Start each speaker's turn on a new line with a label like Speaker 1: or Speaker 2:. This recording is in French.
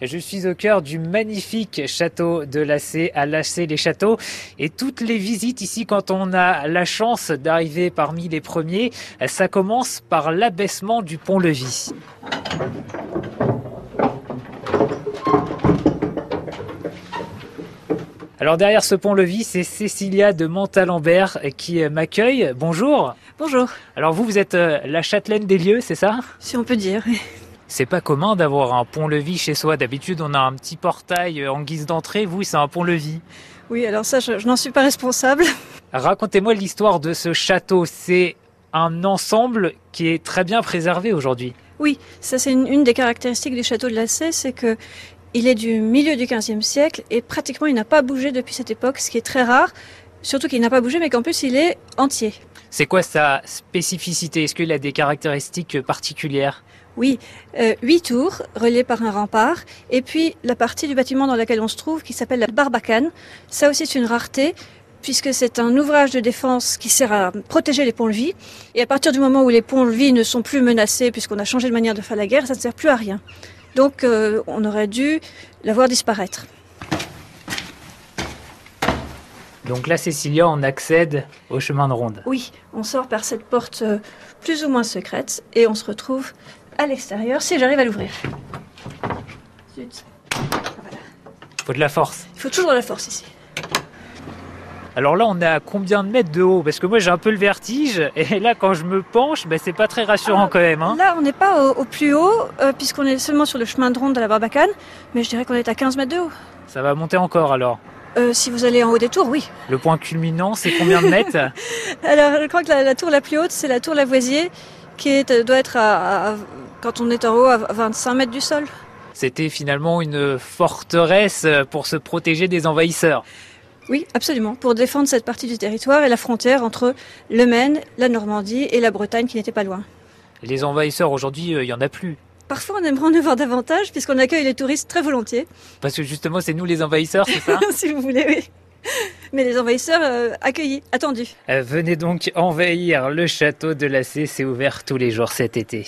Speaker 1: Je suis au cœur du magnifique château de Lacé à Lacé-les-Châteaux. Et toutes les visites ici, quand on a la chance d'arriver parmi les premiers, ça commence par l'abaissement du pont-levis. Alors derrière ce pont-levis, c'est Cécilia de Montalembert qui m'accueille. Bonjour.
Speaker 2: Bonjour.
Speaker 1: Alors vous, vous êtes euh, la châtelaine des lieux, c'est ça
Speaker 2: Si on peut dire.
Speaker 1: C'est pas commun d'avoir un pont-levis chez soi. D'habitude, on a un petit portail euh, en guise d'entrée. Vous, c'est un pont-levis.
Speaker 2: Oui, alors ça, je, je n'en suis pas responsable.
Speaker 1: Racontez-moi l'histoire de ce château. C'est un ensemble qui est très bien préservé aujourd'hui.
Speaker 2: Oui, ça c'est une, une des caractéristiques du château de Lacey, c'est que il est du milieu du XVe siècle et pratiquement il n'a pas bougé depuis cette époque, ce qui est très rare. Surtout qu'il n'a pas bougé, mais qu'en plus il est entier.
Speaker 1: C'est quoi sa spécificité Est-ce qu'il a des caractéristiques particulières
Speaker 2: Oui, euh, huit tours reliées par un rempart, et puis la partie du bâtiment dans laquelle on se trouve qui s'appelle la barbacane. Ça aussi c'est une rareté puisque c'est un ouvrage de défense qui sert à protéger les ponts-levis. Et à partir du moment où les ponts-levis ne sont plus menacés, puisqu'on a changé de manière de faire la guerre, ça ne sert plus à rien. Donc euh, on aurait dû la voir disparaître.
Speaker 1: Donc là, Cécilia, on accède au chemin de ronde.
Speaker 2: Oui, on sort par cette porte euh, plus ou moins secrète et on se retrouve à l'extérieur si j'arrive à l'ouvrir. Zut.
Speaker 1: Voilà. Faut de la force.
Speaker 2: Il faut toujours de la force ici.
Speaker 1: Alors là, on est à combien de mètres de haut Parce que moi, j'ai un peu le vertige. Et là, quand je me penche, ben, c'est pas très rassurant
Speaker 2: Alors,
Speaker 1: quand même. Hein.
Speaker 2: Là, on n'est pas au, au, plus haut, euh, puisqu'on est seulement sur le chemin de ronde de la Barbacane. Mais je dirais qu'on est à 15 mètres de haut.
Speaker 1: Ça va monter encore alors
Speaker 2: euh, si vous allez en haut des tours, oui.
Speaker 1: Le point culminant, c'est combien de mètres
Speaker 2: Alors, je crois que la, la, tour la plus haute, c'est la tour Lavoisier, qui est, euh, doit être, à, à, quand on est en haut, à 25 mètres du sol.
Speaker 1: C'était finalement une forteresse pour se protéger des envahisseurs.
Speaker 2: Oui, absolument, pour défendre cette partie du territoire et la frontière entre le Maine, la Normandie et la Bretagne qui n'était pas loin.
Speaker 1: Les envahisseurs aujourd'hui, il euh, n'y en a plus.
Speaker 2: Parfois, on aimerait en avoir davantage puisqu'on accueille les touristes très volontiers.
Speaker 1: Parce que justement, c'est nous les envahisseurs, c'est ça
Speaker 2: Si vous voulez, oui. Mais les envahisseurs euh, accueillis, attendus.
Speaker 1: Euh, venez donc envahir le château de Lacé, c'est ouvert tous les jours cet été.